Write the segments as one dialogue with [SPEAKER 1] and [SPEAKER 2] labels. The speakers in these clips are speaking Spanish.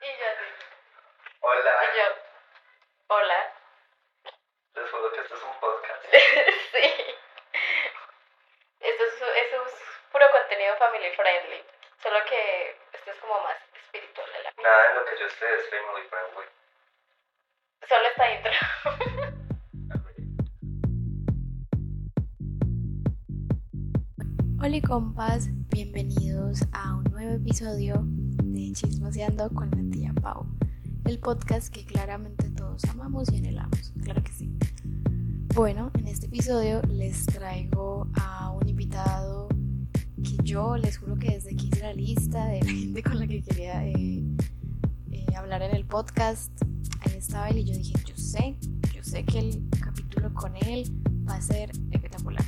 [SPEAKER 1] Y yo así.
[SPEAKER 2] Hola.
[SPEAKER 1] Y yo, hola.
[SPEAKER 2] Les juro que esto es un podcast.
[SPEAKER 1] sí. Esto es, eso es puro contenido family friendly. Solo que esto es como más espiritual. a la-
[SPEAKER 2] Nada de lo que yo sé es family friendly.
[SPEAKER 1] Solo esta intro.
[SPEAKER 3] Hola compas, bienvenidos a un nuevo episodio de Chismoseando con la tía Pau, el podcast que claramente todos amamos y anhelamos, claro que sí. Bueno, en este episodio les traigo a un invitado que yo les juro que desde que hice la lista de la gente con la que quería eh, eh, hablar en el podcast, ahí estaba él y yo dije, yo sé, yo sé que el capítulo con él va a ser espectacular.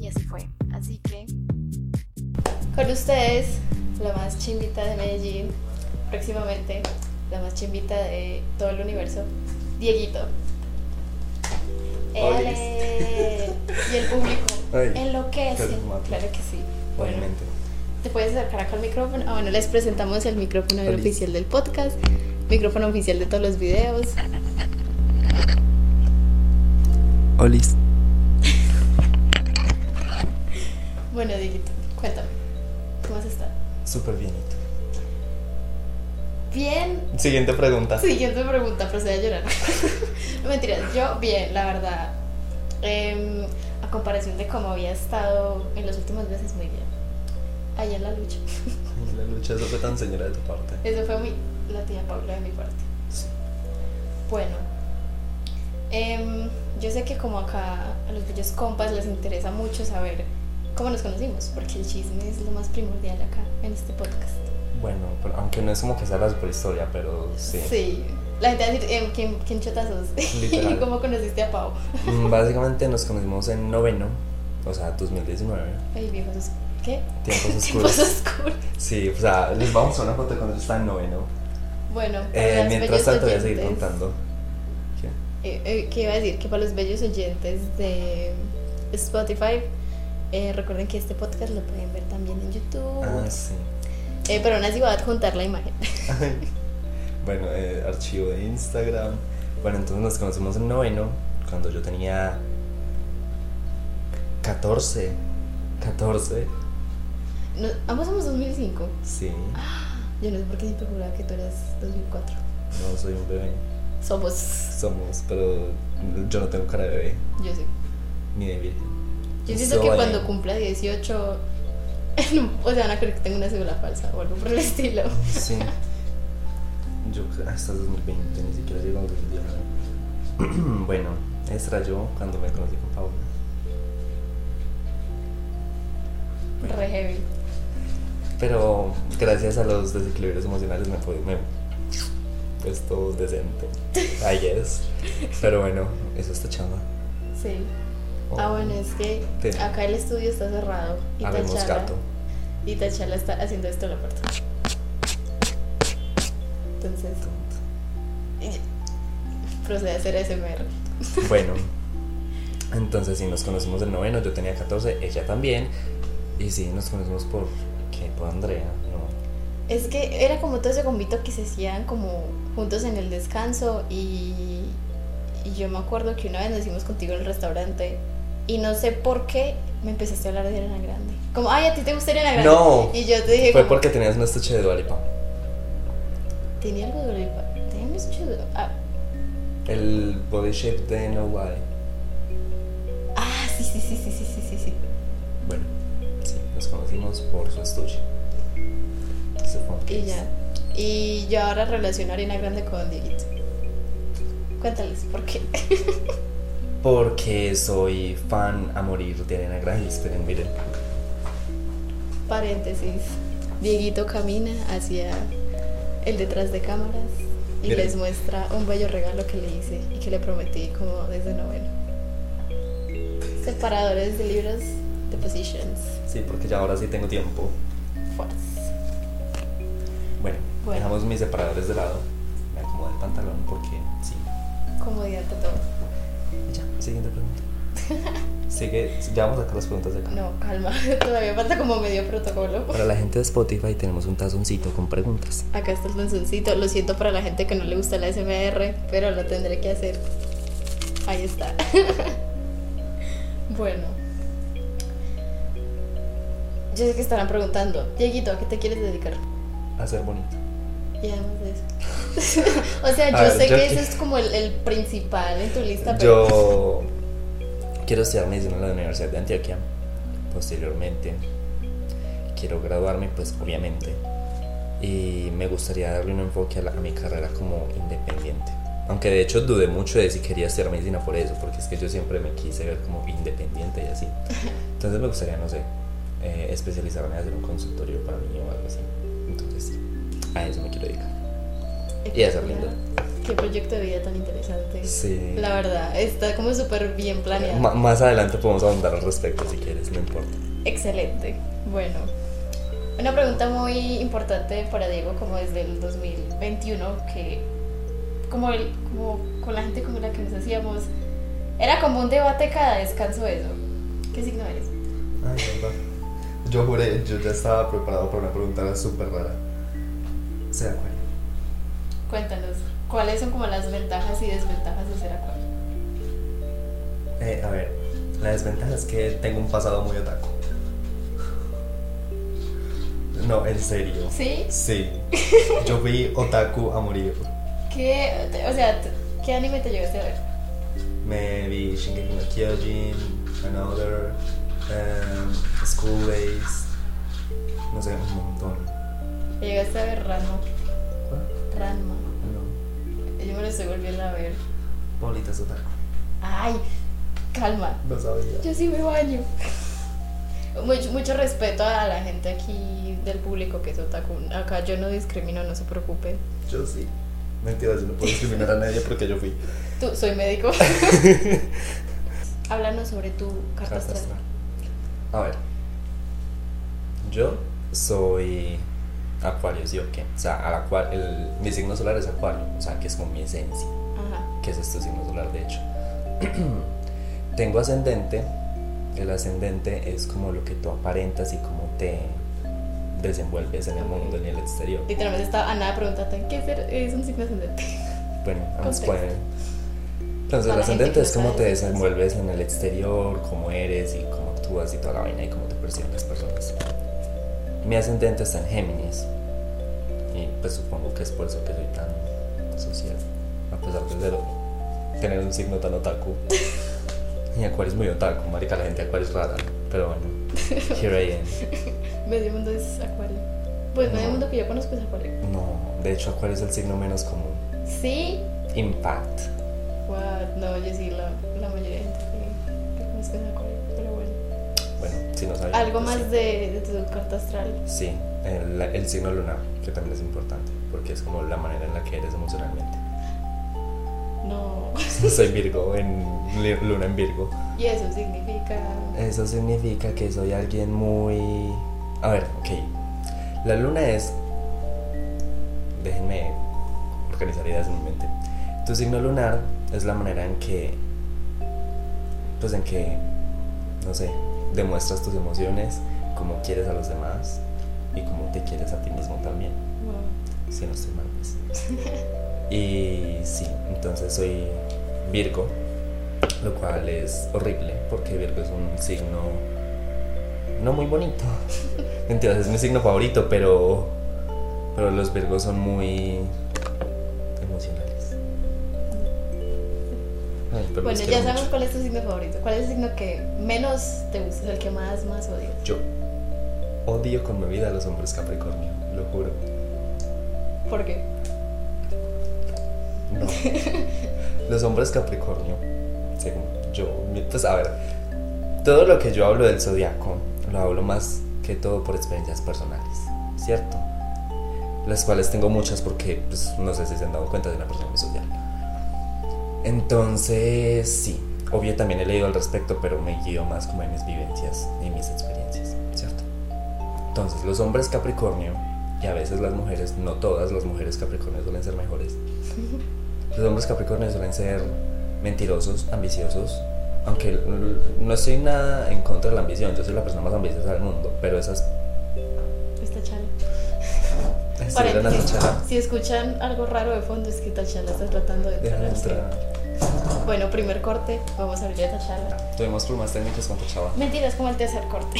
[SPEAKER 3] Y así fue, así que con ustedes, la más chimbita de Medellín, próximamente, la más chimbita de todo el universo, Dieguito.
[SPEAKER 4] Olis.
[SPEAKER 3] ¡Ele! Y el público
[SPEAKER 4] Ay,
[SPEAKER 3] enloquece.
[SPEAKER 4] pero mato.
[SPEAKER 3] Claro que sí. Bueno,
[SPEAKER 4] Obviamente.
[SPEAKER 3] te puedes acercar acá al micrófono. Ah, bueno, les presentamos el micrófono del
[SPEAKER 4] Olis.
[SPEAKER 3] oficial del podcast, micrófono oficial de todos los videos.
[SPEAKER 4] Olis.
[SPEAKER 3] Bueno, Dieguito, cuéntame, ¿cómo has estado?
[SPEAKER 4] Súper bien. ¿y tú?
[SPEAKER 3] Bien,
[SPEAKER 4] Siguiente pregunta.
[SPEAKER 3] Siguiente pregunta, procede a llorar. no mentiras, yo bien, la verdad. Em, a comparación de cómo había estado en los últimos meses, muy bien. Allá en la lucha.
[SPEAKER 4] Ay, La lucha, eso fue tan señora de tu parte.
[SPEAKER 3] Eso fue mi, la tía Paula de mi parte.
[SPEAKER 4] Sí.
[SPEAKER 3] Bueno, em, yo sé que como acá a los bellos compas les interesa mucho saber cómo nos conocimos, porque el chisme es lo más primordial acá en este podcast.
[SPEAKER 4] Bueno, pero aunque no es como que sea la superhistoria, pero sí.
[SPEAKER 3] La gente va a decir, em, ¿quién, quién chotazos? ¿Y
[SPEAKER 4] Literal.
[SPEAKER 3] cómo conociste a Pau?
[SPEAKER 4] Mm, Básicamente nos conocimos en noveno, o sea, 2019.
[SPEAKER 3] Ay, viejos, os- ¿qué?
[SPEAKER 4] Tiempos
[SPEAKER 3] Tiempos
[SPEAKER 4] oscuros.
[SPEAKER 3] oscuros.
[SPEAKER 4] Sí, o sea, les vamos a una foto cuando yo estaba en noveno.
[SPEAKER 3] Bueno,
[SPEAKER 1] Ah,
[SPEAKER 3] para
[SPEAKER 4] Eh,
[SPEAKER 3] los
[SPEAKER 4] mientras
[SPEAKER 3] bellos
[SPEAKER 4] tanto voy a seguir
[SPEAKER 3] oyentes-
[SPEAKER 4] contando. ¿Qué?
[SPEAKER 3] Eh, eh, ¿Qué iba a decir? Que para los bellos oyentes de Spotify, eh, recuerden que este podcast lo pueden ver también en YouTube.
[SPEAKER 4] Ah, sí.
[SPEAKER 3] Eh, pero aún así voy a adjuntar la imagen.
[SPEAKER 4] Ay. Bueno, eh, archivo de Instagram. Bueno, entonces nos conocimos en noveno, cuando yo tenía 14. 14,
[SPEAKER 3] No, ambos somos 2005.
[SPEAKER 4] sí.
[SPEAKER 3] Yo no sé por qué siempre juraba que tú eras 2004.
[SPEAKER 4] No soy un bebé.
[SPEAKER 3] Somos.
[SPEAKER 4] Somos, pero yo no tengo cara de bebé,
[SPEAKER 3] Yo sé.
[SPEAKER 4] ni de virgen.
[SPEAKER 3] Yo siento
[SPEAKER 4] Eso
[SPEAKER 3] que
[SPEAKER 4] ahí.
[SPEAKER 3] cuando cumpla 18, o sea, van a creer que tengo una cédula falsa o algo por el estilo.
[SPEAKER 4] Sí. Yo ah, hasta 2020, ni siquiera llego a 2019. bueno, esa era yo cuando me conocí con Paula.
[SPEAKER 3] Re heavy.
[SPEAKER 4] Pero gracias a los desequilibrios emocionales me fue me he puesto decente. Ahí es. Pero bueno, eso está chama.
[SPEAKER 3] Sí.
[SPEAKER 4] Oh.
[SPEAKER 3] Ah, bueno, es que
[SPEAKER 4] Te-
[SPEAKER 3] acá el estudio está cerrado. Y
[SPEAKER 4] Habemos
[SPEAKER 3] Tachala,
[SPEAKER 4] gato.
[SPEAKER 3] y Tachala está haciendo esto en la puerta. Entonces, eh, procede a hacer SMR.
[SPEAKER 4] Bueno, entonces sí, nos conocimos el noveno, yo tenía 14, ella también. Y sí, nos conocimos por. ¿Qué? Por Andrea, ¿no?
[SPEAKER 3] Es que era como todo ese convito que se hacían como juntos en el descanso y, y yo me acuerdo que una vez nos hicimos contigo en el restaurante y no sé por qué me empezaste a hablar de Ariana Grande. Como, ay, a ti te gusta Ariana Grande.
[SPEAKER 4] No.
[SPEAKER 3] Y yo te dije,
[SPEAKER 4] Fue
[SPEAKER 3] como,
[SPEAKER 4] porque tenías un estuche de Dualipa.
[SPEAKER 3] tenía algo de Dua Lipa. Tenía mis chudos. Ah,
[SPEAKER 4] El body shape de No Lie.
[SPEAKER 3] ah, sí, sí, sí, sí, sí, sí, sí, sí.
[SPEAKER 4] Bueno, sí, nos conocimos por su estuche. Ese fue un
[SPEAKER 3] Y
[SPEAKER 4] case.
[SPEAKER 3] ya. Y yo ahora relaciono a Ariana Grande con Dieguito. Cuéntales, ¿por qué?
[SPEAKER 4] Porque soy fan a morir de Ariana Grande. Esperen, miren.
[SPEAKER 3] Paréntesis. Dieguito camina hacia el detrás de cámaras y
[SPEAKER 4] Miren.
[SPEAKER 3] les muestra un bello regalo que le hice y que le prometí como desde noveno. Separadores de libros de positions.
[SPEAKER 4] Sí, porque ya ahora sí tengo tiempo.
[SPEAKER 3] Fuerza.
[SPEAKER 4] Bueno,
[SPEAKER 3] Bueno.
[SPEAKER 4] dejamos mis separadores de lado. Me acomodo el pantalón porque sí.
[SPEAKER 3] Comodidad de todo.
[SPEAKER 4] Y ya, siguiente pregunta.
[SPEAKER 5] Sigue, ya vamos a sacar las preguntas de acá.
[SPEAKER 6] No, calma. Todavía falta como medio protocolo.
[SPEAKER 5] Para la gente de Spotify tenemos un tazoncito con preguntas.
[SPEAKER 6] Acá está el danzoncito. Lo siento para la gente que no le gusta la SMR, pero lo tendré que hacer. Ahí está. bueno. Yo sé que estarán preguntando, Dieguito, ¿a qué te quieres dedicar?
[SPEAKER 5] A ser bonito.
[SPEAKER 6] Y además de eso. o sea, yo
[SPEAKER 5] A ver,
[SPEAKER 6] sé
[SPEAKER 5] yo
[SPEAKER 6] que
[SPEAKER 5] qui-
[SPEAKER 6] ese es como el, el principal en tu lista, pero.
[SPEAKER 5] Yo quiero estudiar medicina en la Universidad de Antioquia. Posteriormente, quiero graduarme, pues obviamente. Y me gustaría darle un enfoque a, la- a mi carrera como independiente. Aunque de hecho dudé mucho de si quería estudiar medicina por eso, porque es que yo siempre me quise ver como independiente y así. Entonces me gustaría, no sé, eh, especializarme en hacer un consultorio para mí o algo así. Entonces sí, a eso me quiero dedicar. Y hacer lindo.
[SPEAKER 6] Qué proyecto de vida tan interesante.
[SPEAKER 5] Sí.
[SPEAKER 6] La verdad, está como súper bien planeado.
[SPEAKER 5] Ma- más adelante podemos ahondar al respecto si quieres, no importa.
[SPEAKER 6] Excelente. Bueno, una pregunta muy importante para Diego como desde el 2021, que como, el, como con la gente con la que nos hacíamos, era como un debate cada descanso eso. ¿Qué signo eres?
[SPEAKER 5] Ay, verdad. Yo juré, yo ya estaba preparado para una pregunta súper rara. O sea, bueno.
[SPEAKER 6] Cuéntanos, ¿cuáles son como las ventajas y desventajas de ser acuario?
[SPEAKER 5] Eh, a ver, la desventaja es que tengo un pasado muy otaco. No, en serio.
[SPEAKER 6] ¿Sí?
[SPEAKER 5] Sí. Yo fui otaku a morir.
[SPEAKER 6] ¿Qué, o sea, t- ¿qué anime te llegaste a ver?
[SPEAKER 5] Me vi Shingeki no Kyojin, Another, em, School Days, no sé, un montón.
[SPEAKER 6] ¿Te llegaste a ver Ranma?
[SPEAKER 5] ¿Cuál?
[SPEAKER 6] Ranma.
[SPEAKER 5] No,
[SPEAKER 6] Yo me lo estoy volviendo a ver.
[SPEAKER 5] Polita es otaku.
[SPEAKER 6] Ay, calma.
[SPEAKER 5] No sabía.
[SPEAKER 6] Yo sí me baño. Mucho, mucho respeto a la gente aquí del público que es otaku. Acá yo no discrimino, no se preocupen.
[SPEAKER 5] Yo sí. Mentiras, yo no puedo discriminar a nadie porque yo fui.
[SPEAKER 6] Tú, soy médico. Háblanos sobre tu carta astral.
[SPEAKER 5] A ver. Yo soy Acuario, ¿sí o qué? O sea, al acua- el- mi signo solar es Acuario, o sea, que es como mi esencia,
[SPEAKER 6] Ajá.
[SPEAKER 5] que es este signo solar, de hecho. Tengo ascendente. El ascendente es como lo que tú aparentas y cómo te desenvuelves en el mundo, en el exterior.
[SPEAKER 6] Literalmente estaba a nada preguntarte qué ser- es un signo ascendente.
[SPEAKER 5] Bueno, ambos
[SPEAKER 6] Contexto.
[SPEAKER 5] pueden. Entonces,
[SPEAKER 6] Para
[SPEAKER 5] el
[SPEAKER 6] la gente que
[SPEAKER 5] ascendente
[SPEAKER 6] no
[SPEAKER 5] es cómo
[SPEAKER 6] sabe
[SPEAKER 5] te
[SPEAKER 6] de esas cosas.
[SPEAKER 5] desenvuelves en el exterior, cómo eres y cómo actúas y toda la vaina y cómo te perciben las personas. Mi ascendente está en Géminis. Y pues supongo que es por eso que soy tan social. A pesar de ser- tener un signo tan otaku. Y Acuario es muy otaku, marica, la gente de Acuario es rara. Pero bueno, here I am.
[SPEAKER 6] Medio mundo es acuario. Pues medio
[SPEAKER 5] No.
[SPEAKER 6] mundo que yo conozco es acuario.
[SPEAKER 5] No, de hecho Acuario es el signo menos común.
[SPEAKER 6] Sí.
[SPEAKER 5] Impact.
[SPEAKER 6] What? No, yo sí, la, la mayoría de gente que, que conozco es acuario. Pero bueno.
[SPEAKER 5] Bueno, si no pues sabes.
[SPEAKER 6] Algo más de, de tu carta astral.
[SPEAKER 5] Sí, el, el signo lunar, que también es importante, porque es como la manera en la que eres emocionalmente.
[SPEAKER 6] No.
[SPEAKER 5] Soy Virgo, en li- luna en Virgo.
[SPEAKER 6] Y eso significa.
[SPEAKER 5] Eso significa que soy alguien muy... A ver, ok. La luna es... Déjenme organizar ideas en mi mente. Tu signo lunar es la manera en que... Pues en que... No sé, demuestras tus emociones, cómo quieres a los demás y cómo te quieres a ti mismo también.
[SPEAKER 6] Wow.
[SPEAKER 5] si no estoy mal. pues. Y sí, entonces soy Virgo, lo cual es horrible porque Virgo es un signo no muy bonito. Mentiras, es mi signo favorito, pero, pero los Virgos son muy emocionales. Ay, pero los
[SPEAKER 6] Bueno, ya
[SPEAKER 5] quiero
[SPEAKER 6] sabemos
[SPEAKER 5] mucho.
[SPEAKER 6] cuál es tu signo favorito. ¿Cuál es el signo que menos te gusta? El que más, más odias.
[SPEAKER 5] Yo odio con mi vida a los hombres Capricornio, lo juro.
[SPEAKER 6] ¿Por qué?
[SPEAKER 5] No. Los hombres Capricornio, según yo, mi- pues a ver, todo lo que yo hablo del zodiaco lo hablo más que todo por experiencias personales, ¿cierto? Las cuales tengo muchas porque pues, no sé si se han dado cuenta de una persona muy social. Entonces, sí, obvio también he leído al respecto, pero me guío más como en mis vivencias y mis experiencias, ¿cierto? Entonces, los hombres Capricornio, y a veces las mujeres, no todas las mujeres Capricornio suelen ser mejores, los hombres Capricornio suelen ser mentirosos, ambiciosos, aunque l- l- no estoy nada en contra de la ambición, yo soy la persona más ambiciosa del mundo, pero esas...
[SPEAKER 6] Esta chala.
[SPEAKER 5] esas eran las
[SPEAKER 6] Paréntesis.
[SPEAKER 5] charadas.
[SPEAKER 6] Si escuchan algo raro de fondo, es que Tachala está tratando de entrar
[SPEAKER 5] Déjame
[SPEAKER 6] al
[SPEAKER 5] entrar.
[SPEAKER 6] set. Bueno, primer corte, vamos a abrir a Tachala.
[SPEAKER 5] Tuvimos problemas técnicos con Tachaba.
[SPEAKER 6] Mentira, es como el tercer corte.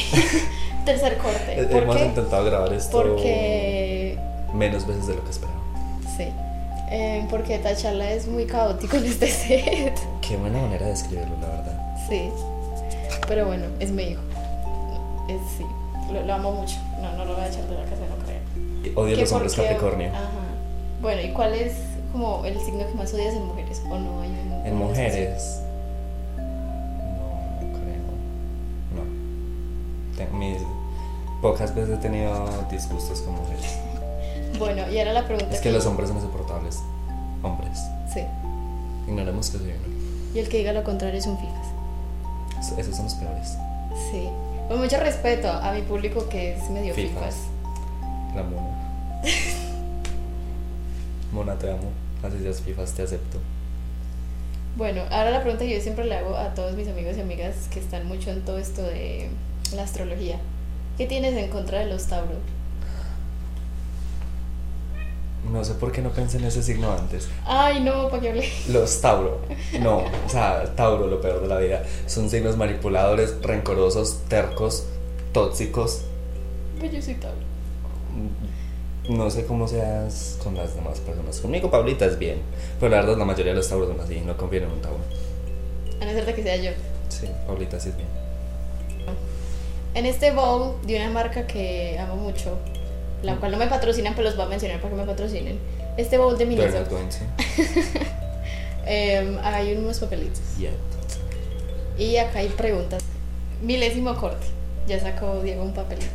[SPEAKER 6] tercer corte. ¿Por
[SPEAKER 5] Eh, Hemos
[SPEAKER 6] qué?
[SPEAKER 5] intentado grabar esto
[SPEAKER 6] Porque.
[SPEAKER 5] menos veces de lo que esperaba.
[SPEAKER 6] Sí. Eh, porque Tachala es muy caótico en este set.
[SPEAKER 5] Qué buena manera de escribirlo, la verdad.
[SPEAKER 6] Sí. Pero bueno, es mi hijo. Es, sí. Lo, lo amo mucho. No, no lo voy a echar de la casa, no creo.
[SPEAKER 5] Y Odio
[SPEAKER 6] ¿Qué
[SPEAKER 5] los hombres
[SPEAKER 6] por qué?
[SPEAKER 5] Capricornio.
[SPEAKER 6] Ajá. Bueno, ¿y cuál es como el signo que más odias en mujeres? ¿O Ah, no hay un-
[SPEAKER 5] En
[SPEAKER 6] una
[SPEAKER 5] mujeres. No, no creo. No. Ten- mis- pocas veces he tenido disgustos con mujeres.
[SPEAKER 6] excepción? Bueno, y ahora la pregunta.
[SPEAKER 5] Es que los hombres son insoportables. Hombres.
[SPEAKER 6] Sí.
[SPEAKER 5] Ignoremos que soy uno.
[SPEAKER 6] Y el que diga lo contrario es un fijas.
[SPEAKER 5] Es- Esos son los peores.
[SPEAKER 6] Sí. Con mucho respeto a mi público que es medio
[SPEAKER 5] Fifas.
[SPEAKER 6] fijas.
[SPEAKER 5] La mona. mona, te amo. Así seas fifas, te acepto.
[SPEAKER 6] Bueno, ahora la pregunta que yo siempre le hago a todos mis amigos y amigas que están mucho en todo esto de la astrología. ¿Qué tienes en contra de los Tauro?
[SPEAKER 5] No sé por qué no pensé en ese signo antes.
[SPEAKER 6] Ay, no, ¿para qué hablé?
[SPEAKER 5] Los Tauro, no, o sea, Tauro, lo peor de la vida. Son signos manipuladores, rencorosos, tercos, tóxicos.
[SPEAKER 6] Pues yo soy Tauro.
[SPEAKER 5] No sé cómo seas con las demás personas. Conmigo, Paulita es bien, pero la verdad, la mayoría de los Tauros son así, no confían en un Tauro.
[SPEAKER 6] A no ser de que sea yo.
[SPEAKER 5] Sí, Paulita sí es bien.
[SPEAKER 6] En este bowl de una marca que amo mucho, la cual no me patrocinan, pero los voy a mencionar para que me patrocinen. Este bowl de Miniso,
[SPEAKER 5] Bernard Duense,
[SPEAKER 6] em, hay unos papelitos.
[SPEAKER 5] Yet.
[SPEAKER 6] Y acá hay preguntas. Milésimo corte. Ya sacó Diego un papelito.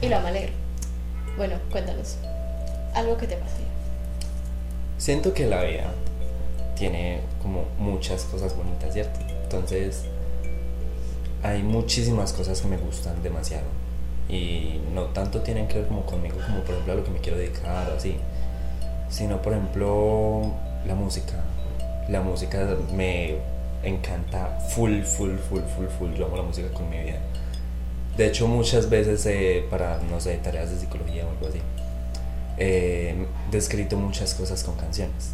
[SPEAKER 6] Y lo ama leer. Bueno, cuéntanos. Algo que te pasó.
[SPEAKER 5] Siento que la vida tiene como muchas cosas bonitas, ¿cierto? Entonces, hay muchísimas cosas que me gustan demasiado. Y no tanto tienen que ver como conmigo, como por ejemplo a lo que me quiero dedicar o así. Sino, por ejemplo, la música. La música me encanta full, full, full, full, full. Yo amo la música con mi vida. De hecho, muchas veces eh, para, no sé, tareas de psicología o algo así, eh, descrito muchas cosas con canciones.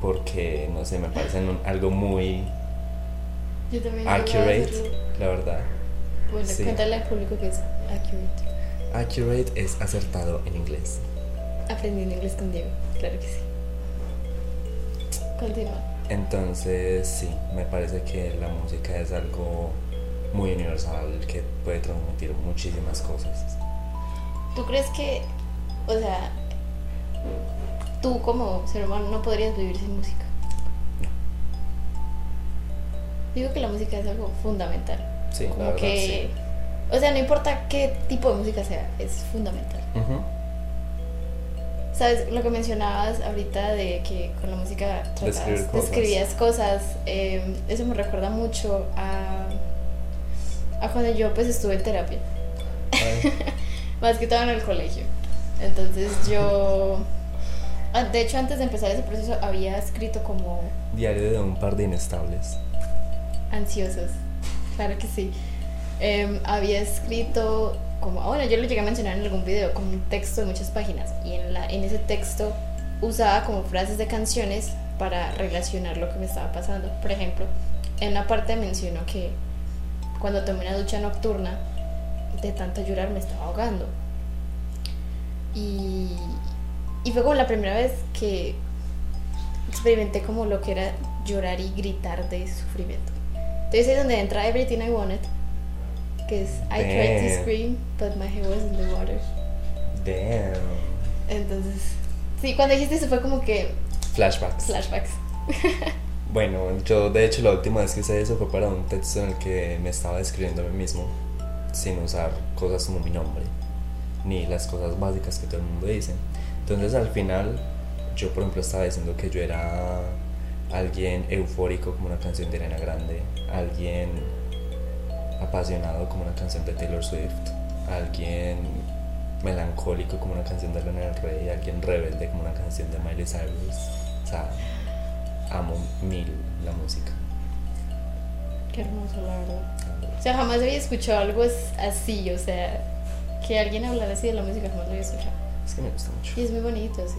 [SPEAKER 5] Porque, no sé, me parecen un- algo muy
[SPEAKER 6] Yo también.
[SPEAKER 5] accurate, la verdad.
[SPEAKER 6] Bueno,
[SPEAKER 5] Sí.
[SPEAKER 6] cuéntale al público que es accurate.
[SPEAKER 5] Accurate es acertado en inglés.
[SPEAKER 6] Aprendiendo inglés con Diego. Claro que sí. Continúa.
[SPEAKER 5] Entonces, sí, me parece que la música es algo muy universal que puede transmitir muchísimas cosas.
[SPEAKER 6] ¿Tú crees que, o sea, tú como ser humano no podrías vivir sin música? Digo que la música es algo fundamental.
[SPEAKER 5] Sí, la
[SPEAKER 6] Como
[SPEAKER 5] verdad,
[SPEAKER 6] que,
[SPEAKER 5] sí.
[SPEAKER 6] o sea, no importa qué tipo de música sea, es fundamental.
[SPEAKER 5] Ujú.
[SPEAKER 6] ¿Sabes? Lo que mencionabas ahorita de que con la música tratabas,
[SPEAKER 5] Describir cosas.
[SPEAKER 6] describías cosas, eh, eso me recuerda mucho a, a cuando yo pues estuve en terapia,
[SPEAKER 5] Ay,
[SPEAKER 6] más que todo en el colegio. Entonces yo, ah, de hecho antes de empezar ese proceso había escrito como
[SPEAKER 5] diario de un par de inestables.
[SPEAKER 6] ansiosos, claro que sí. Em, había escrito, como, ah, bueno, yo lo llegué a mencionar en algún video, como un texto de muchas páginas, y en, la, en ese texto usaba como frases de canciones para relacionar lo que me estaba pasando. Por ejemplo, en una parte menciono que cuando tomé una ducha nocturna, de tanto llorar me estaba ahogando. Y, y fue como la primera vez que experimenté como lo que era llorar y gritar de sufrimiento. Entonces ahí es donde entra Everything I Wanted, que es I tried to
[SPEAKER 5] Damn.
[SPEAKER 6] scream, but my head was in the water.
[SPEAKER 5] Damn.
[SPEAKER 6] Entonces, sí, cuando dijiste eso fue como que
[SPEAKER 5] Flashbacks.
[SPEAKER 6] flashbacks.
[SPEAKER 5] Bueno, yo de hecho la última vez que hice eso fue para un texto en el que me estaba describiendo a mí mismo sin usar cosas como mi nombre ni las cosas básicas que todo el mundo dice. Entonces al final yo por ejemplo estaba diciendo que yo era alguien eufórico como una canción de Arena Grande, alguien apasionado como una canción de Taylor Swift, alguien melancólico como una canción de Lana del Rey, alguien rebelde como una canción de Miley Cyrus. O sea, amo mil la música.
[SPEAKER 6] Qué hermoso, la verdad. O sea, jamás había escuchado algo as- así, o sea, que alguien hablara así de la música, jamás lo había escuchado.
[SPEAKER 5] Es que me gusta mucho.
[SPEAKER 6] Y es muy bonito, sí.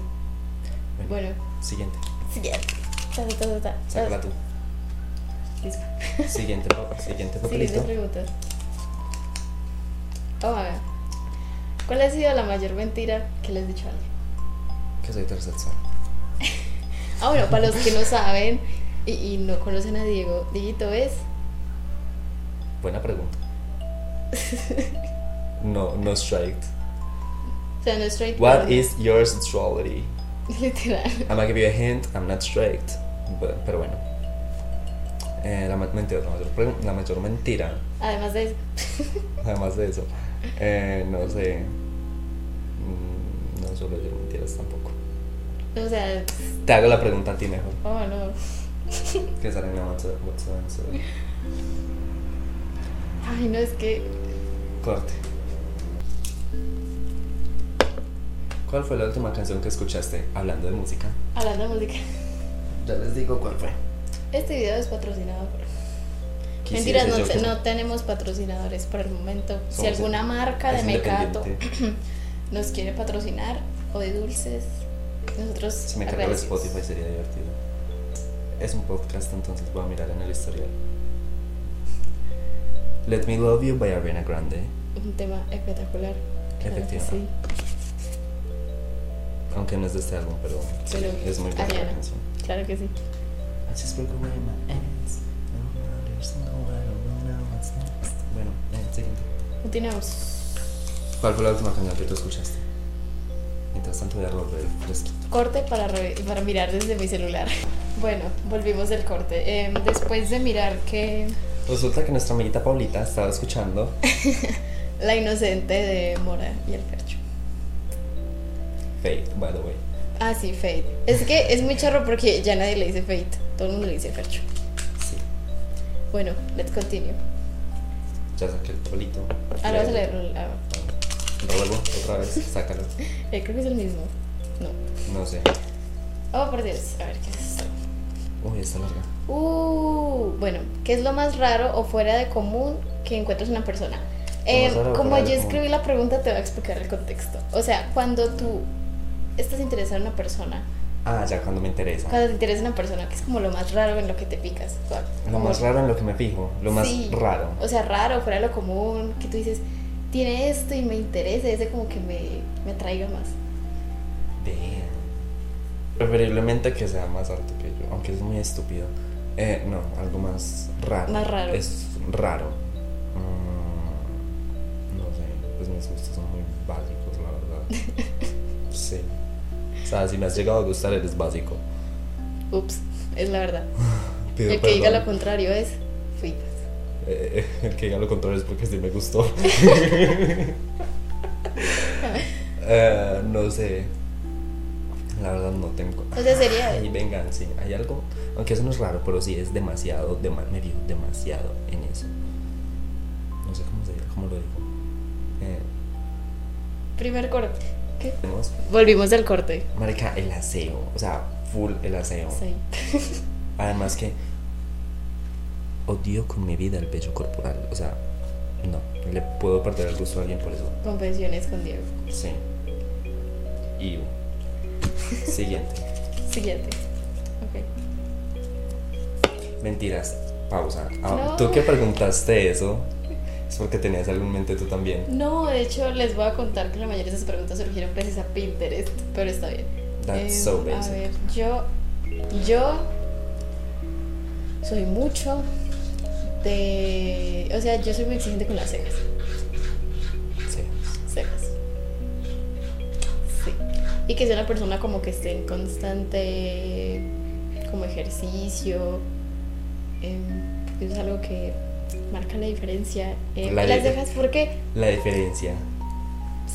[SPEAKER 6] Bueno,
[SPEAKER 5] Siguiente.
[SPEAKER 6] siguiente. Ta, ta, ta, ta, ta. Ah,
[SPEAKER 5] Sácala tú.
[SPEAKER 6] Listo.
[SPEAKER 5] Siguiente, pa- siguiente
[SPEAKER 6] Siguiente
[SPEAKER 5] papelito.
[SPEAKER 6] pregunta. Oh, haga. ¿Cuál ha sido la mayor mentira que le has dicho a alguien?
[SPEAKER 5] Que soy transexual.
[SPEAKER 6] Ah, bueno, para los que no saben y, y no conocen a Diego, Dieguito es.
[SPEAKER 5] Buena pregunta. No, no straight.
[SPEAKER 6] O sea, no es straight.
[SPEAKER 5] What
[SPEAKER 6] pero-
[SPEAKER 5] is your sexuality?
[SPEAKER 6] Literal.
[SPEAKER 5] I'm gonna give you a hint, I'm not straight. Bu- Pero bueno. Eh, la, ma- mentira, la, mayor, pregun- la mayor mentira,
[SPEAKER 6] Además de eso.
[SPEAKER 5] además de eso. eh, no sé. Mm, No suelo decir mentiras tampoco.
[SPEAKER 6] O sea,
[SPEAKER 5] Te hago la pregunta a ti mejor.
[SPEAKER 6] oh no.
[SPEAKER 5] Que sale en la mancha- what's the answer?
[SPEAKER 6] Ay, no, es que.
[SPEAKER 5] Corte. ¿Cuál fue la última canción que escuchaste hablando de música?
[SPEAKER 6] Hablando de música.
[SPEAKER 5] Ya les digo cuál fue.
[SPEAKER 6] Este video es patrocinado por. Mentiras, no, te- no tenemos patrocinadores por el momento. si
[SPEAKER 5] Somos
[SPEAKER 6] alguna marca de
[SPEAKER 5] es
[SPEAKER 6] Mecato
[SPEAKER 5] independiente.
[SPEAKER 6] nos quiere patrocinar o de dulces, nosotros.
[SPEAKER 5] Si me cargo de
[SPEAKER 6] agradecidos.
[SPEAKER 5] Spotify sería divertido. Es un podcast, entonces voy a mirar en el historial. Let Me Love You by Ariana Grande.
[SPEAKER 6] Un tema espectacular. claro que
[SPEAKER 5] Efectivamente. Aunque no es de este álbum, pero, sí,
[SPEAKER 6] Pero
[SPEAKER 5] es muy buena la
[SPEAKER 6] Ariana.
[SPEAKER 5] canción.
[SPEAKER 6] sí, claro que sí.
[SPEAKER 5] I just broke away my ends. No matters, no, I don't know what's next. Bueno, eh, siguiente.
[SPEAKER 6] Continuamos.
[SPEAKER 5] ¿Cuál fue la última canción que tú escuchaste? Mientras tanto voy a volver fresquito.
[SPEAKER 6] Corte para, re- para mirar desde mi celular. Bueno, volvimos del corte. Em, después de mirar que
[SPEAKER 5] Resulta que nuestra amiguita Paulita estaba escuchando
[SPEAKER 6] La Inocente de Mora y el Fercho.
[SPEAKER 5] Fate, by the way.
[SPEAKER 6] Ah, sí, Fate. Es que es muy charro porque ya nadie le dice Fate. Todo el mundo le dice Fercho.
[SPEAKER 5] Sí.
[SPEAKER 6] Bueno, let's continue.
[SPEAKER 5] Ya saqué el bolito.
[SPEAKER 6] Ahora vas a leer. ah,
[SPEAKER 5] Lo vuelvo otra vez, sácalo.
[SPEAKER 6] eh, creo que es el mismo. No.
[SPEAKER 5] No sé.
[SPEAKER 6] Oh, por Dios. A ver, ¿qué es esto?
[SPEAKER 5] Uy, está larga.
[SPEAKER 6] Uh, bueno, ¿qué es lo más raro o fuera de común que encuentres en una persona? Eh,
[SPEAKER 5] más raro o
[SPEAKER 6] como
[SPEAKER 5] fuera
[SPEAKER 6] yo
[SPEAKER 5] de común.
[SPEAKER 6] escribí la pregunta, te voy a explicar el contexto. O sea, cuando tú estás interesado en una persona,
[SPEAKER 5] Ah, ya cuando me interesa.
[SPEAKER 6] cuando te interesa una persona, que es como lo más raro en lo que te picas. O sea,
[SPEAKER 5] Lo más
[SPEAKER 6] como-
[SPEAKER 5] raro en lo que me fijo. Lo más
[SPEAKER 6] Sí.
[SPEAKER 5] raro.
[SPEAKER 6] O sea, raro, fuera de lo común, que tú dices, tiene esto y me interesa, ese como que me, me atraiga más.
[SPEAKER 5] Damn. Preferiblemente que sea más alto que yo, aunque es muy estúpido. Eh, no, algo más raro.
[SPEAKER 6] Más raro.
[SPEAKER 5] Es raro. Mm, no sé, pues mis gustos son muy básicos, la verdad. sí. O sea, si me has llegado a gustar, eres básico.
[SPEAKER 6] Ups, es la verdad.
[SPEAKER 5] Pido
[SPEAKER 6] el que diga lo
[SPEAKER 5] perdón.
[SPEAKER 6] contrario es, fuitas.
[SPEAKER 5] Eh, el que diga lo contrario es porque sí me gustó. Eh, no sé. La verdad no tengo.
[SPEAKER 6] O sea, sería-
[SPEAKER 5] Ay, vengan, sí. Hay algo. Aunque eso no es raro, pero sí es demasiado. dema- me fijo demasiado en eso. No sé cómo se diga, cómo lo digo. Eh,
[SPEAKER 6] Primer corte. ¿Qué?
[SPEAKER 5] tenemos,
[SPEAKER 6] Volvimos del corte.
[SPEAKER 5] Marica, el aseo. O sea, full el aseo.
[SPEAKER 6] Sí.
[SPEAKER 5] Además que odio con mi vida el pecho corporal. O sea, no. Le puedo perder el gusto a alguien por eso.
[SPEAKER 6] Confesiones con Diego.
[SPEAKER 5] Sí. Y siguiente.
[SPEAKER 6] Siguiente. Ok.
[SPEAKER 5] Mentiras. Pausa. Ah,
[SPEAKER 6] No.
[SPEAKER 5] Tú que preguntaste eso, es porque tenías algo en mente tú también.
[SPEAKER 6] No, de hecho, les voy a contar que la mayoría de esas preguntas surgieron gracias a Pinterest, pero está bien.
[SPEAKER 5] That's
[SPEAKER 6] Eh,
[SPEAKER 5] so
[SPEAKER 6] A
[SPEAKER 5] basic.
[SPEAKER 6] ver, yo. Yo. Soy mucho de. O sea, yo soy muy exigente con las cejas.
[SPEAKER 5] Sí.
[SPEAKER 6] Cejas. Sí. Y que sea una persona como que esté en constante. como ejercicio. em, porque eso es algo que marca la diferencia. em,
[SPEAKER 5] La
[SPEAKER 6] las
[SPEAKER 5] vida.
[SPEAKER 6] cejas, ¿por qué?
[SPEAKER 5] La diferencia.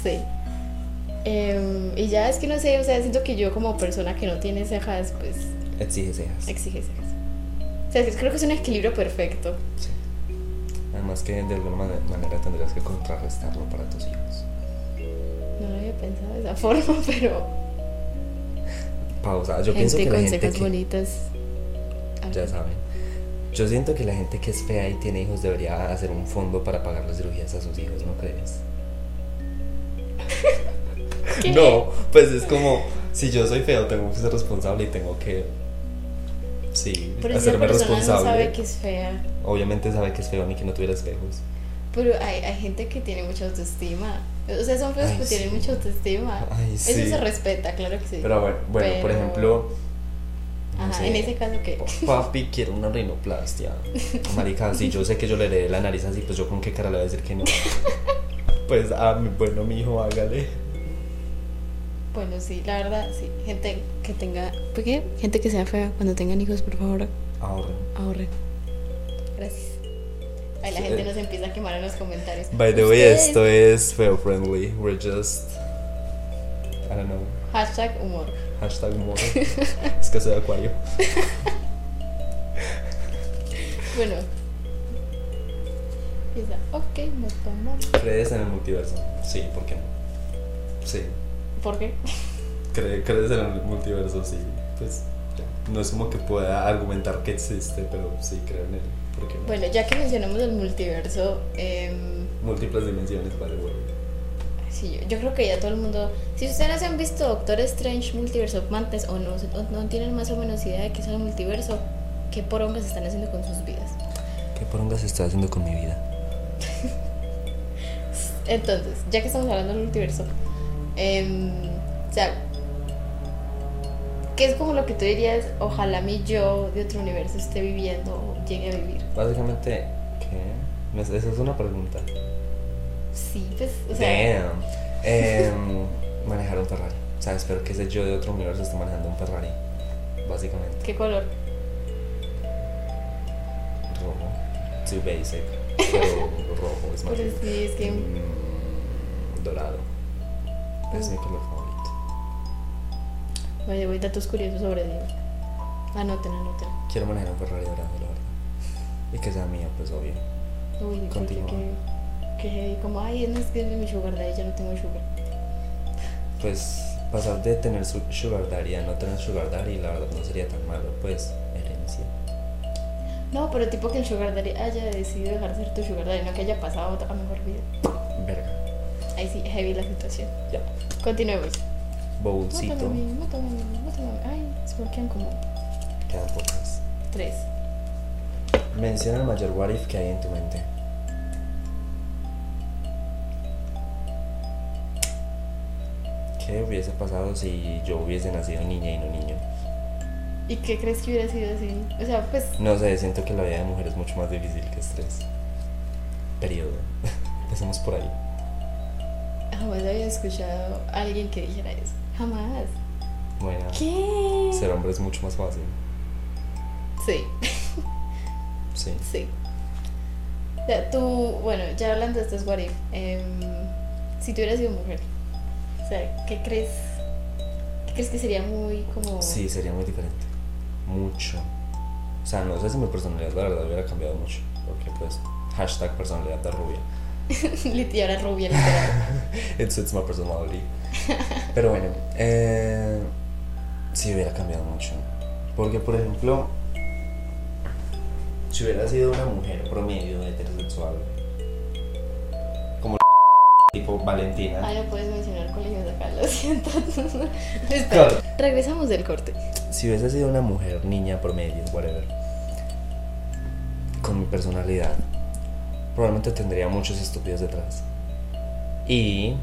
[SPEAKER 6] Sí. Em, y ya es que no sé, o sea, siento que yo como persona que no tiene cejas, pues
[SPEAKER 5] Exige cejas.
[SPEAKER 6] exige cejas. O sea, creo que es un equilibrio perfecto.
[SPEAKER 5] Sí. Además que de alguna mane- manera tendrías que contrarrestarlo para tus hijos.
[SPEAKER 6] No lo había pensado de esa forma, pero
[SPEAKER 5] Pausa. Yo pienso
[SPEAKER 6] gente
[SPEAKER 5] que la
[SPEAKER 6] con
[SPEAKER 5] gente
[SPEAKER 6] cejas
[SPEAKER 5] que
[SPEAKER 6] bonitas.
[SPEAKER 5] ya saben. Yo siento que la gente que es fea y tiene hijos debería hacer un fondo para pagar las cirugías a sus hijos, ¿no crees?
[SPEAKER 6] ¿Qué?
[SPEAKER 5] No, pues es como, si yo soy feo, tengo que ser responsable y tengo que, sí,
[SPEAKER 6] Pero si esa
[SPEAKER 5] hacerme
[SPEAKER 6] persona no
[SPEAKER 5] responsable.
[SPEAKER 6] sabe que es fea.
[SPEAKER 5] Obviamente sabe que es feo ni que no tuviera espejos.
[SPEAKER 6] Pero hay, hay gente que tiene mucha autoestima. O sea, son feos
[SPEAKER 5] Ay,
[SPEAKER 6] que
[SPEAKER 5] sí.
[SPEAKER 6] tienen mucha autoestima.
[SPEAKER 5] Ay, sí.
[SPEAKER 6] Eso se respeta, claro que sí.
[SPEAKER 5] Pero bueno, bueno por
[SPEAKER 6] Pero-
[SPEAKER 5] ejemplo, no
[SPEAKER 6] Ajá,
[SPEAKER 5] sé,
[SPEAKER 6] en ese caso, ¿qué?
[SPEAKER 5] papi quiero una rinoplastia. Marica, si yo sé que yo le heredé la nariz así, pues yo con qué cara le voy a decir que no. Pues, ah, mi- bueno, mi hijo, hágale.
[SPEAKER 6] Bueno, sí, la verdad, sí. Gente que tenga. ¿Por qué? Gente que sea fea cuando tengan hijos, por favor,
[SPEAKER 5] Ahorren.
[SPEAKER 6] ahorren. Gracias. Ay, la
[SPEAKER 5] Sí.
[SPEAKER 6] gente nos empieza a quemar en los comentarios.
[SPEAKER 5] By the way,
[SPEAKER 6] Ustedes-
[SPEAKER 5] esto es feo friendly. We're just. I don't know.
[SPEAKER 6] Hashtag humor.
[SPEAKER 5] Hashtag humor. es que soy acuario.
[SPEAKER 6] Bueno. Y esa, ok, nos tomamos.
[SPEAKER 5] ¿Crees en el multiverso? Sí, ¿por qué no? Sí.
[SPEAKER 6] ¿Por qué?
[SPEAKER 5] Cre- ¿Crees en el multiverso? Sí. Pues ya. no es como que pueda argumentar que existe, pero sí creo en él. ¿Por qué no?
[SPEAKER 6] Bueno, ya que mencionamos el multiverso, em,
[SPEAKER 5] Múltiples dimensiones, by the way.
[SPEAKER 6] sí, yo, yo creo que ya todo el mundo. Si ustedes han visto Doctor Strange Multiverse of Madness o no, o no tienen más o menos idea de qué es el multiverso, qué porongas están haciendo con sus vidas.
[SPEAKER 5] ¿Qué poronga se está haciendo con mi vida?
[SPEAKER 6] Entonces, ya que estamos hablando del multiverso, em, o sea, ¿qué es como lo que tú dirías? Ojalá mi yo de otro universo esté viviendo o llegue a vivir.
[SPEAKER 5] Básicamente, ¿qué? No sé, Esa es una pregunta.
[SPEAKER 6] Sí, pues, o sea,
[SPEAKER 5] Damn. Em, manejar un Ferrari. O sea, espero que ese yo de otro universo esté manejando un Ferrari. Básicamente.
[SPEAKER 6] ¿qué color?
[SPEAKER 5] Rojo. Too basic. Pero rojo es más.
[SPEAKER 6] Pero sí, es que
[SPEAKER 5] Mm, dorado.
[SPEAKER 6] Pues
[SPEAKER 5] Es mi color favorito.
[SPEAKER 6] Vaya, voy datos curiosos sobre Diego. Anoten, anoten.
[SPEAKER 5] Quiero manejar un Ferrari dorado, la verdad. Y que sea mío, pues obvio.
[SPEAKER 6] Uy, yo creo que,
[SPEAKER 5] Continúa.
[SPEAKER 6] que, que como, ay, no es que es mi sugar daddy, yo no tengo sugar.
[SPEAKER 5] Pues pasar de tener su sugar daddy a no tener sugar daddy, la verdad no sería tan malo, pues herencia.
[SPEAKER 6] No, pero tipo que el sugar daddy haya decidido dejar de ser tu sugar daddy, no que haya pasado a otra- a mejor vida.
[SPEAKER 5] Verga.
[SPEAKER 6] Ahí sí, heavy la situación.
[SPEAKER 5] Ya.
[SPEAKER 6] Continuemos.
[SPEAKER 5] Bowlcito.
[SPEAKER 6] Mátame, mátame, mátame. Ay, se bloquean como
[SPEAKER 5] Quedan pocas.
[SPEAKER 6] tres.
[SPEAKER 5] Menciona el mayor what if que hay en tu mente. ¿Qué hubiese pasado si yo hubiese nacido niña y no niño?
[SPEAKER 6] ¿Y qué crees que hubiera sido así? O sea, pues,
[SPEAKER 5] No sé, siento que la vida de mujer es mucho más difícil que estrés. Periodo. Empecemos por ahí.
[SPEAKER 6] jamás había escuchado a alguien que dijera eso. Jamás.
[SPEAKER 5] Bueno,
[SPEAKER 6] ¿Qué?
[SPEAKER 5] ser hombre es mucho más fácil.
[SPEAKER 6] Sí.
[SPEAKER 5] Sí.
[SPEAKER 6] Sí. Ya, tú, bueno, ya hablando de estos what if, em, si tú hubieras sido mujer, o sea, ¿qué crees? ¿Qué crees que sería muy como...
[SPEAKER 5] Sí, sería muy diferente. Mucho. O sea, no sé si mi personalidad, la verdad, hubiera cambiado mucho. Porque, pues, hashtag personalidad de rubia.
[SPEAKER 6] lit- y ahora rubia, literal.
[SPEAKER 5] It suits my personality. Pero bueno, eh, sí hubiera cambiado mucho. Porque, por ejemplo, si hubiera sido una mujer promedio heterosexual, como la tipo
[SPEAKER 6] Ah,
[SPEAKER 5] Valentina.
[SPEAKER 6] no puedes mencionar colegios acá, lo siento. Espera,
[SPEAKER 5] Claro.
[SPEAKER 6] regresamos del corte.
[SPEAKER 5] Si hubiese sido una mujer, niña promedio, whatever, con mi personalidad, probablemente tendría muchos estúpidos detrás. Y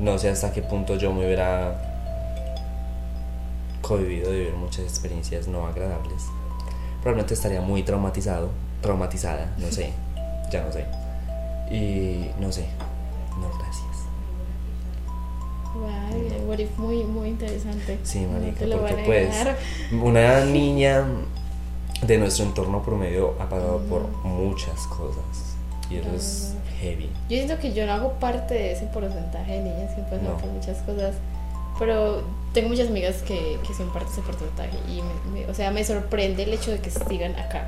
[SPEAKER 5] no sé hasta qué punto yo me hubiera cohibido de vivir muchas experiencias no agradables. Probablemente estaría muy traumatizado, traumatizada, no sé, ya no sé. Y no sé, no gracias.
[SPEAKER 6] Vaya, what if muy, muy interesante.
[SPEAKER 5] Sí,
[SPEAKER 6] No
[SPEAKER 5] marica,
[SPEAKER 6] te lo
[SPEAKER 5] porque,
[SPEAKER 6] voy a
[SPEAKER 5] pues,
[SPEAKER 6] negar.
[SPEAKER 5] Una niña de nuestro entorno promedio ha pasado por muchas cosas y eso es heavy.
[SPEAKER 6] Yo siento que yo no hago parte de ese porcentaje de niñas que pasan
[SPEAKER 5] No.
[SPEAKER 6] por muchas cosas, pero tengo muchas amigas que, que son parte de ese porcentaje y, me- me- o sea, me sorprende el hecho de que sigan acá,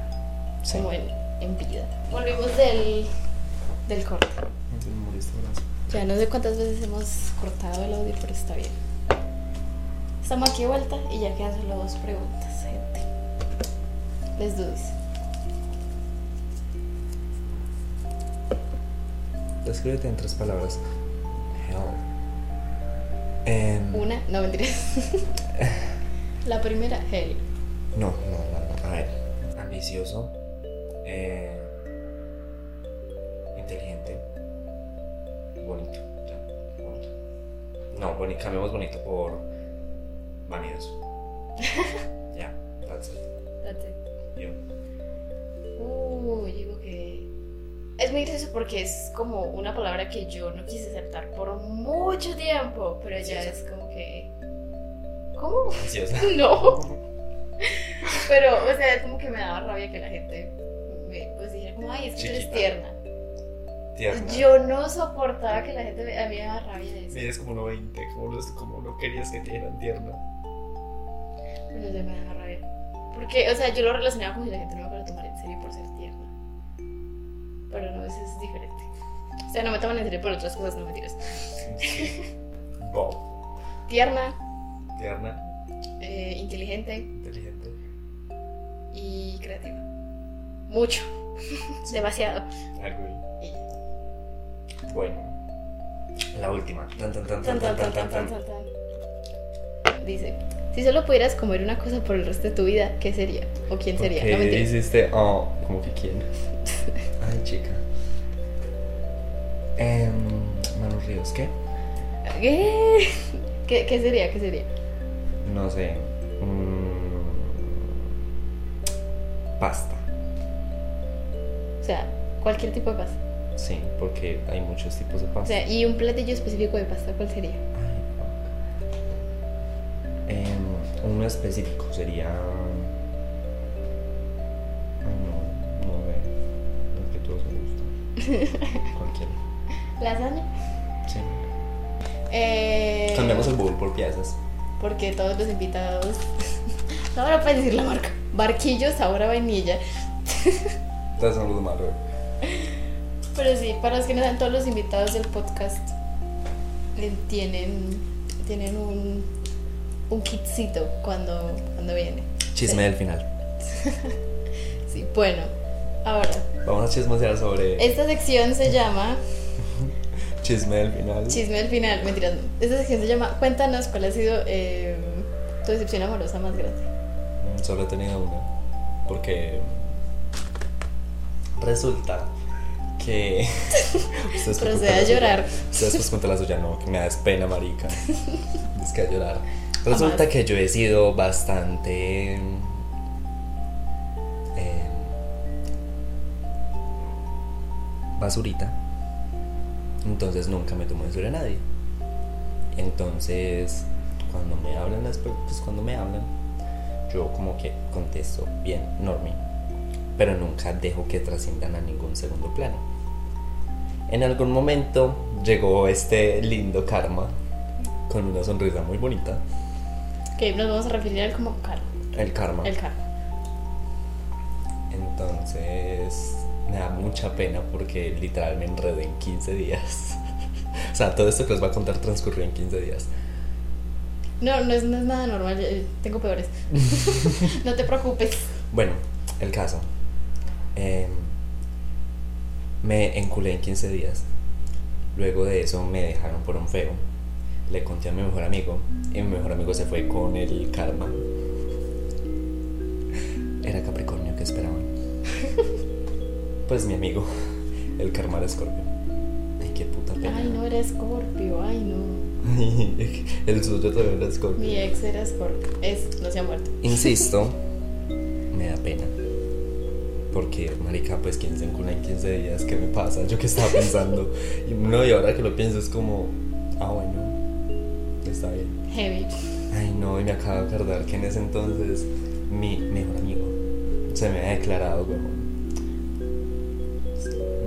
[SPEAKER 5] Sí.
[SPEAKER 6] como en, en vida. Volvimos del, del corte. Ya no sé cuántas veces hemos cortado el audio, pero está bien. Estamos aquí de vuelta y ya quedan solo dos preguntas, gente. Les dudes.
[SPEAKER 5] Descríbete en tres palabras. Hell. Em,
[SPEAKER 6] Una, no mentiras. la primera, hell.
[SPEAKER 5] No, no, no, no. A ver. Ambicioso. eh, inteligente. Bonito. ya, bonito. No, boni- cambiamos bonito por vanidoso. ya, that's it.
[SPEAKER 6] Date.
[SPEAKER 5] Yo.
[SPEAKER 6] Uh, yo digo que es muy gracioso porque es como una palabra que yo no quise aceptar por mucho tiempo, pero ya
[SPEAKER 5] Sí,
[SPEAKER 6] es como que ¿cómo?
[SPEAKER 5] Ansiosa.
[SPEAKER 6] No. Pero o sea, es como que me daba rabia que la gente me pues dijera como, "Ay, es que tú eres
[SPEAKER 5] Chiquita.
[SPEAKER 6] tierna."
[SPEAKER 5] Tierna.
[SPEAKER 6] Yo no soportaba que la gente me- a mí me daba rabia de eso.
[SPEAKER 5] Mides como 1,20. Como no, como no querías que te dieran tierna.
[SPEAKER 6] Pero ya me daba rabia. Porque, o sea, yo lo relacionaba con que la gente no me fuera a tomar en serio por ser tierna. Pero no, eso es diferente. O sea, no me toman en serio por otras cosas, no me
[SPEAKER 5] Sí. Bob.
[SPEAKER 6] Tierna,
[SPEAKER 5] Tierna.
[SPEAKER 6] eh, inteligente
[SPEAKER 5] Inteligente.
[SPEAKER 6] y creativa. Mucho. Demasiado.
[SPEAKER 5] Algo.
[SPEAKER 6] Y-
[SPEAKER 5] Bueno. La última. Tan, tan, tan,
[SPEAKER 6] Tan,
[SPEAKER 5] tan,
[SPEAKER 6] tan, tan, tan, tan, tan, tan. Dice, si solo pudieras comer una cosa por el resto de tu vida, ¿qué sería? ¿O quién sería?
[SPEAKER 5] Porque
[SPEAKER 6] No mentira.
[SPEAKER 5] hiciste, oh, como que quién. Ay, chica. Em, Manu Ríos, ¿qué?
[SPEAKER 6] ¿Qué? ¿Qué, qué sería? ¿Qué sería?
[SPEAKER 5] No sé. mm, pasta.
[SPEAKER 6] O sea, cualquier tipo de pasta.
[SPEAKER 5] Sí, porque hay muchos tipos de
[SPEAKER 6] O
[SPEAKER 5] pasta. Ah,
[SPEAKER 6] sea, y un platillo específico de pasta, ¿cuál sería?
[SPEAKER 5] Ay, ecco. fuck. Em, uno específico sería. Ay, no, no sé. Es que todos me gustan. Cualquiera.
[SPEAKER 6] ¿Lasaña?
[SPEAKER 5] Sí.
[SPEAKER 6] Eh,
[SPEAKER 5] Cambiamos el bowl por piezas.
[SPEAKER 6] Porque todos los invitados... No, ahora puedes decir la marca. Barquillos, ahora vainilla.
[SPEAKER 5] Entonces algo malo.
[SPEAKER 6] Pero sí, para los que no saben, todos los invitados del podcast eh, tienen, tienen un, un kitcito cuando, cuando viene.
[SPEAKER 5] Chisme del final.
[SPEAKER 6] Sí, bueno, ahora,
[SPEAKER 5] Vamos a chismosear sobre
[SPEAKER 6] esta sección se llama
[SPEAKER 5] chisme del final.
[SPEAKER 6] Chisme al final, mentiras, no. Esta sección se llama Cuéntanos cuál ha sido eh, tu decepción amorosa más grande.
[SPEAKER 5] Mm, Solo he tenido una. Porque resulta que. Ustedes pueden
[SPEAKER 6] Procede a
[SPEAKER 5] contar la suya.
[SPEAKER 6] llorar.
[SPEAKER 5] Ustedes pues cuentan la suya, no, que me da es pena, marica. Es que a llorar. Resulta
[SPEAKER 6] Jamás.
[SPEAKER 5] que yo he sido bastante. em, basurita. Entonces nunca me tomo en serio a nadie. Entonces, cuando me hablan las per- pues cuando me hablan, yo como que contesto bien, normie, pero nunca dejo que trasciendan a ningún segundo plano. En algún momento llegó este lindo karma con una sonrisa muy bonita,
[SPEAKER 6] Que nos vamos a referir al como Carl,
[SPEAKER 5] el karma.
[SPEAKER 6] el Carl.
[SPEAKER 5] Entonces, me da mucha pena porque literal me enredé en 15 días. o sea, todo esto que les voy a contar transcurrió en 15 días.
[SPEAKER 6] No, no es, no es nada normal, yo- yo tengo peores. no te preocupes.
[SPEAKER 5] Bueno, el caso. Em, me enculé en 15 días. Luego de eso me dejaron por un feo. Le conté a mi mejor amigo y mi mejor amigo se fue con el karma. Era Capricornio que esperaban. Pues mi amigo, el karma era Escorpio. Ay, qué puta pena.
[SPEAKER 6] Ay, no, era Scorpio, ay, no.
[SPEAKER 5] el suyo también era Escorpio.
[SPEAKER 6] Mi ex era Scorpio. Es, no se ha muerto.
[SPEAKER 5] Insisto, me da pena. Porque, marica, pues 15 en cuna en 15 días, ¿qué me pasa? Yo que estaba pensando. Y, no, y ahora que lo pienso es como, ah, bueno, está bien.
[SPEAKER 6] Heavy.
[SPEAKER 5] Ay, no, y me acabo de acordar que en ese entonces mi mejor amigo se me ha declarado, huevón.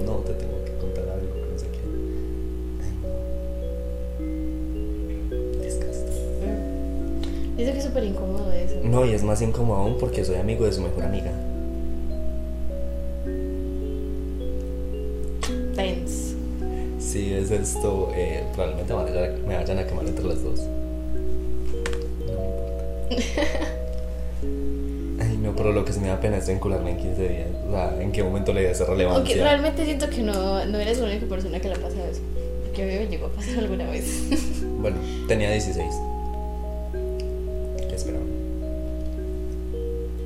[SPEAKER 5] No, te tengo que contar algo, que no sé qué. Ay, no. Desgaste.
[SPEAKER 6] Dice que es súper incómodo eso.
[SPEAKER 5] No, y es más incómodo aún porque soy amigo de su mejor amiga.
[SPEAKER 6] Tense.
[SPEAKER 5] Si es esto, eh, probablemente me vayan, a, me vayan a quemar entre las dos. No me importa. Ay, no, No, pero lo que se me da pena es vincularme en 15 días. O sea, ¿en qué momento le voy a hacer
[SPEAKER 6] Aunque
[SPEAKER 5] relevancia?
[SPEAKER 6] realmente siento que no, no eres la única persona que le ha pasado eso. Porque a mí me llegó a pasar alguna vez.
[SPEAKER 5] Bueno, tenía 16. ¿Qué esperaban?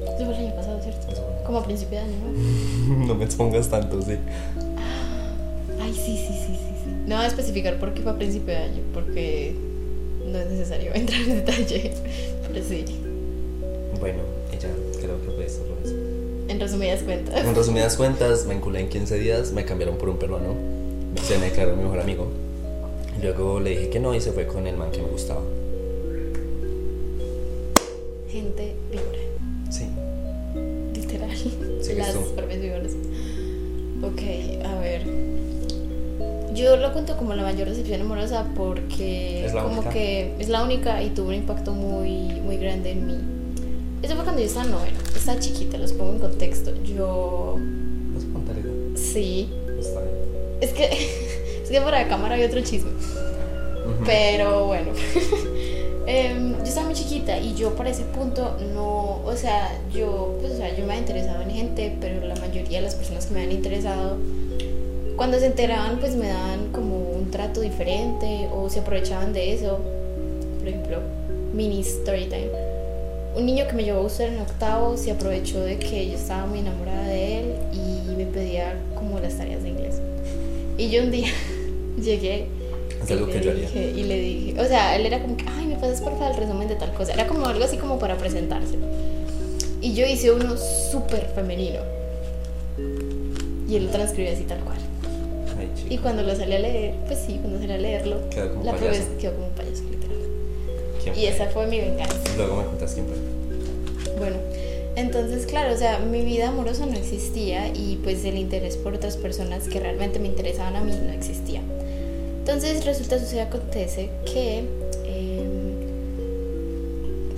[SPEAKER 6] Eso fue el año pasado, ¿cierto? Como a principio de año, ¿no?
[SPEAKER 5] No me expongas tanto, sí.
[SPEAKER 6] Ay, sí, sí, sí, sí, sí. No voy a especificar por qué fue a principio de año, porque no es necesario entrar en detalle. Pero sí,
[SPEAKER 5] Bueno, y ya, creo que fue eso. fue eso.
[SPEAKER 6] en resumidas cuentas.
[SPEAKER 5] En resumidas cuentas, me enculé en 15 días, me cambiaron por un peruano. Se me declaró mi mejor amigo. Luego le dije que no y se fue con el man que me gustaba.
[SPEAKER 6] Gente víbora,
[SPEAKER 5] Sí,
[SPEAKER 6] literal.
[SPEAKER 5] sigues
[SPEAKER 6] Las
[SPEAKER 5] tú.
[SPEAKER 6] propias víboras. Ok, a ver. Yo lo cuento como la mayor decepción amorosa porque
[SPEAKER 5] Es la
[SPEAKER 6] como
[SPEAKER 5] única.
[SPEAKER 6] que es la única y tuvo un impacto muy, muy grande en mí. Eso fue cuando yo estaba en novena, estaba chiquita, los pongo en contexto. Yo
[SPEAKER 5] ¿Vas a contar eso?
[SPEAKER 6] sí,
[SPEAKER 5] Está bien.
[SPEAKER 6] es que es que para la cámara hay otro chisme.
[SPEAKER 5] Ujú.
[SPEAKER 6] Pero bueno, Em, yo estaba muy chiquita y yo para ese punto no, o sea, yo, pues, o sea, yo me había interesado en gente, pero la mayoría de las personas que me habían interesado, cuando se enteraban, pues me daban como un trato diferente o se aprovechaban de eso. Por ejemplo, mini story time. Un niño que me llevó a usar en octavo se aprovechó de que yo estaba muy enamorada de él y me pedía como las tareas de inglés. Y yo un día llegué
[SPEAKER 5] Es
[SPEAKER 6] y
[SPEAKER 5] algo que
[SPEAKER 6] le
[SPEAKER 5] yo haría.
[SPEAKER 6] dije- y le dije, o sea, él era como que, ay, me pasas porfa el resumen de tal cosa. Era como algo así como para presentarse. Y yo hice uno súper femenino. Y él lo transcribió así tal cual.
[SPEAKER 5] Ay,
[SPEAKER 6] Y
[SPEAKER 5] chico.
[SPEAKER 6] cuando lo salí a leer, pues sí, cuando salí a leerlo,
[SPEAKER 5] Quedó como
[SPEAKER 6] la
[SPEAKER 5] payaso.
[SPEAKER 6] profesora quedó como un payaso literal.
[SPEAKER 5] ¿Quién
[SPEAKER 6] Y
[SPEAKER 5] fue?
[SPEAKER 6] esa fue mi venganza.
[SPEAKER 5] Luego me contas quién fue.
[SPEAKER 6] Bueno, entonces claro, o sea, mi vida amorosa no existía y pues el interés por otras personas que realmente me interesaban a mí no existía. Entonces resulta, sucede, acontece que eh,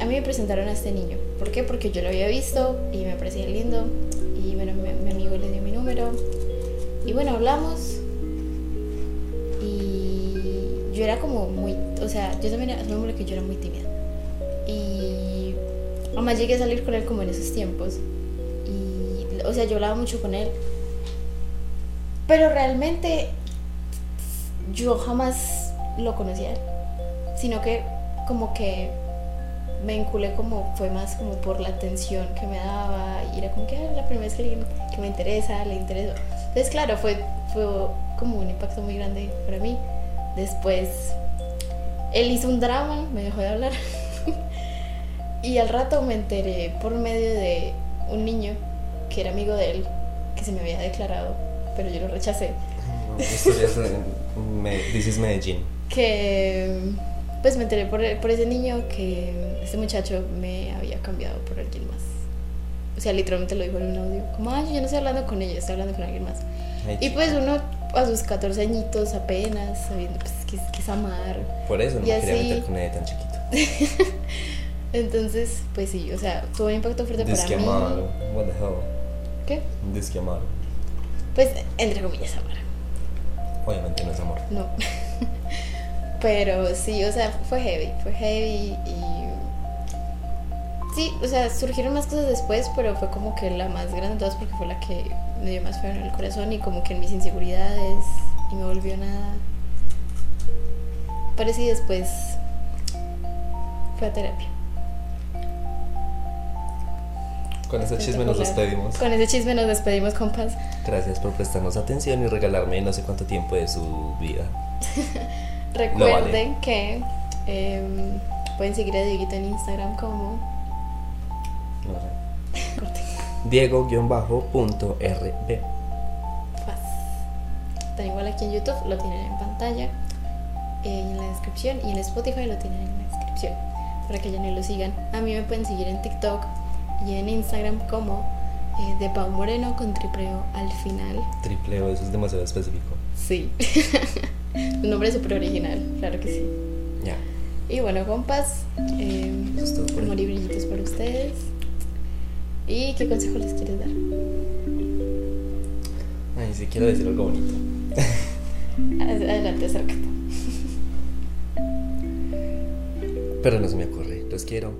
[SPEAKER 6] a mí me presentaron a este niño. ¿Por qué? Porque yo lo había visto y me parecía lindo y bueno, mi, mi amigo le dio mi número y bueno, hablamos y yo era como muy, o sea, yo también era, es un hombre que yo era muy tímida y Además llegué a salir con él como en esos tiempos. Y, o sea, yo hablaba mucho con él. Pero realmente yo jamás lo conocía a él. Sino que como que me vinculé como, fue más como por la atención que me daba. Y era como que "Ah, la primera vez que, alguien que me interesa, le interesó. Entonces, claro, fue, fue como un impacto muy grande para mí. Después, él hizo un drama, me dejó de hablar. Y al rato me enteré por medio de un niño que era amigo de él, que se me había declarado, pero yo lo rechacé,
[SPEAKER 5] No, esto ya es en- me, this is Medellín.
[SPEAKER 6] que pues me enteré por, por ese niño que este muchacho me había cambiado por alguien más. O sea, literalmente lo dijo en un audio, como, ay, yo no estoy hablando con ella, estoy hablando con alguien más.
[SPEAKER 5] Ay,
[SPEAKER 6] Y
[SPEAKER 5] chico.
[SPEAKER 6] pues uno a sus 14 añitos apenas, sabiendo pues, que, es- que es amar,
[SPEAKER 5] Por eso no
[SPEAKER 6] pues, y
[SPEAKER 5] me quería
[SPEAKER 6] así-
[SPEAKER 5] meter con nadie tan chiquito.
[SPEAKER 6] entonces, pues sí, o sea, tuvo un impacto fuerte para
[SPEAKER 5] Disque
[SPEAKER 6] mí.
[SPEAKER 5] amado. What the hell.
[SPEAKER 6] ¿Qué?
[SPEAKER 5] Disque amado.
[SPEAKER 6] Pues, entre comillas, amar.
[SPEAKER 5] Obviamente no es amor.
[SPEAKER 6] No. Pero sí, o sea, fue heavy, fue heavy y... Sí, o sea, surgieron más cosas después, pero fue como que la más grande de todas porque fue la que me dio más feo en el corazón y como que en mis inseguridades y me volvió nada. Pero sí, después fue a terapia.
[SPEAKER 5] Con ese chisme nos despedimos.
[SPEAKER 6] Con ese chisme nos despedimos, compas.
[SPEAKER 5] Gracias por prestarnos atención y regalarme no sé cuánto tiempo de su vida.
[SPEAKER 6] Recuerden que em, pueden seguir a Dieguito en Instagram como...
[SPEAKER 5] No sé. Diego-rb.
[SPEAKER 6] Faz. Tan igual aquí en YouTube, lo tienen en pantalla, eh, y en la descripción, y en Spotify lo tienen en la descripción, para que ya no lo sigan. A mí me pueden seguir en TikTok y en Instagram como eh, de Pau Moreno con tripleo al final.
[SPEAKER 5] Triple O, eso es demasiado específico.
[SPEAKER 6] Sí. Un nombre súper original, claro que sí.
[SPEAKER 5] Ya,
[SPEAKER 6] Y bueno, compas, eh,
[SPEAKER 5] eso es todo por hoy.
[SPEAKER 6] amor y brillitos para ustedes. ¿Y qué consejo les quieres dar?
[SPEAKER 5] Ay, sí quiero decir algo bonito.
[SPEAKER 6] Ad- Adelante, acércate.
[SPEAKER 5] Pero no se me ocurre. Los quiero.